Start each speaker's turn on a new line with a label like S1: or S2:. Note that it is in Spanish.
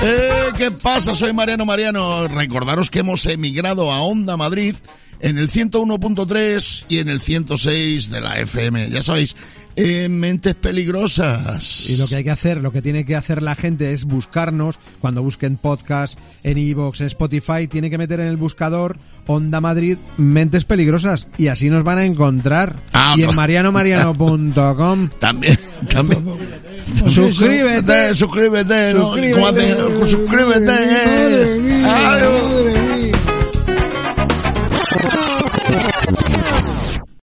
S1: Eh, ¿Qué pasa? Soy Mariano Mariano. Recordaros que hemos emigrado a Onda Madrid en el 101.3 y en el 106 de la FM. Ya sabéis, eh, mentes peligrosas.
S2: Y lo que hay que hacer, lo que tiene que hacer la gente es buscarnos. Cuando busquen podcast, en Evox, en Spotify, tiene que meter en el buscador Onda Madrid Mentes Peligrosas y así nos van a encontrar.
S1: Ah,
S2: y en
S1: no.
S2: marianomariano.com.
S1: También, también.
S2: Suscríbete.
S1: suscríbete, ¿no?
S2: Suscríbete.
S1: ¿Cómo haces? Suscríbete.
S2: Madre mía.
S1: Ay,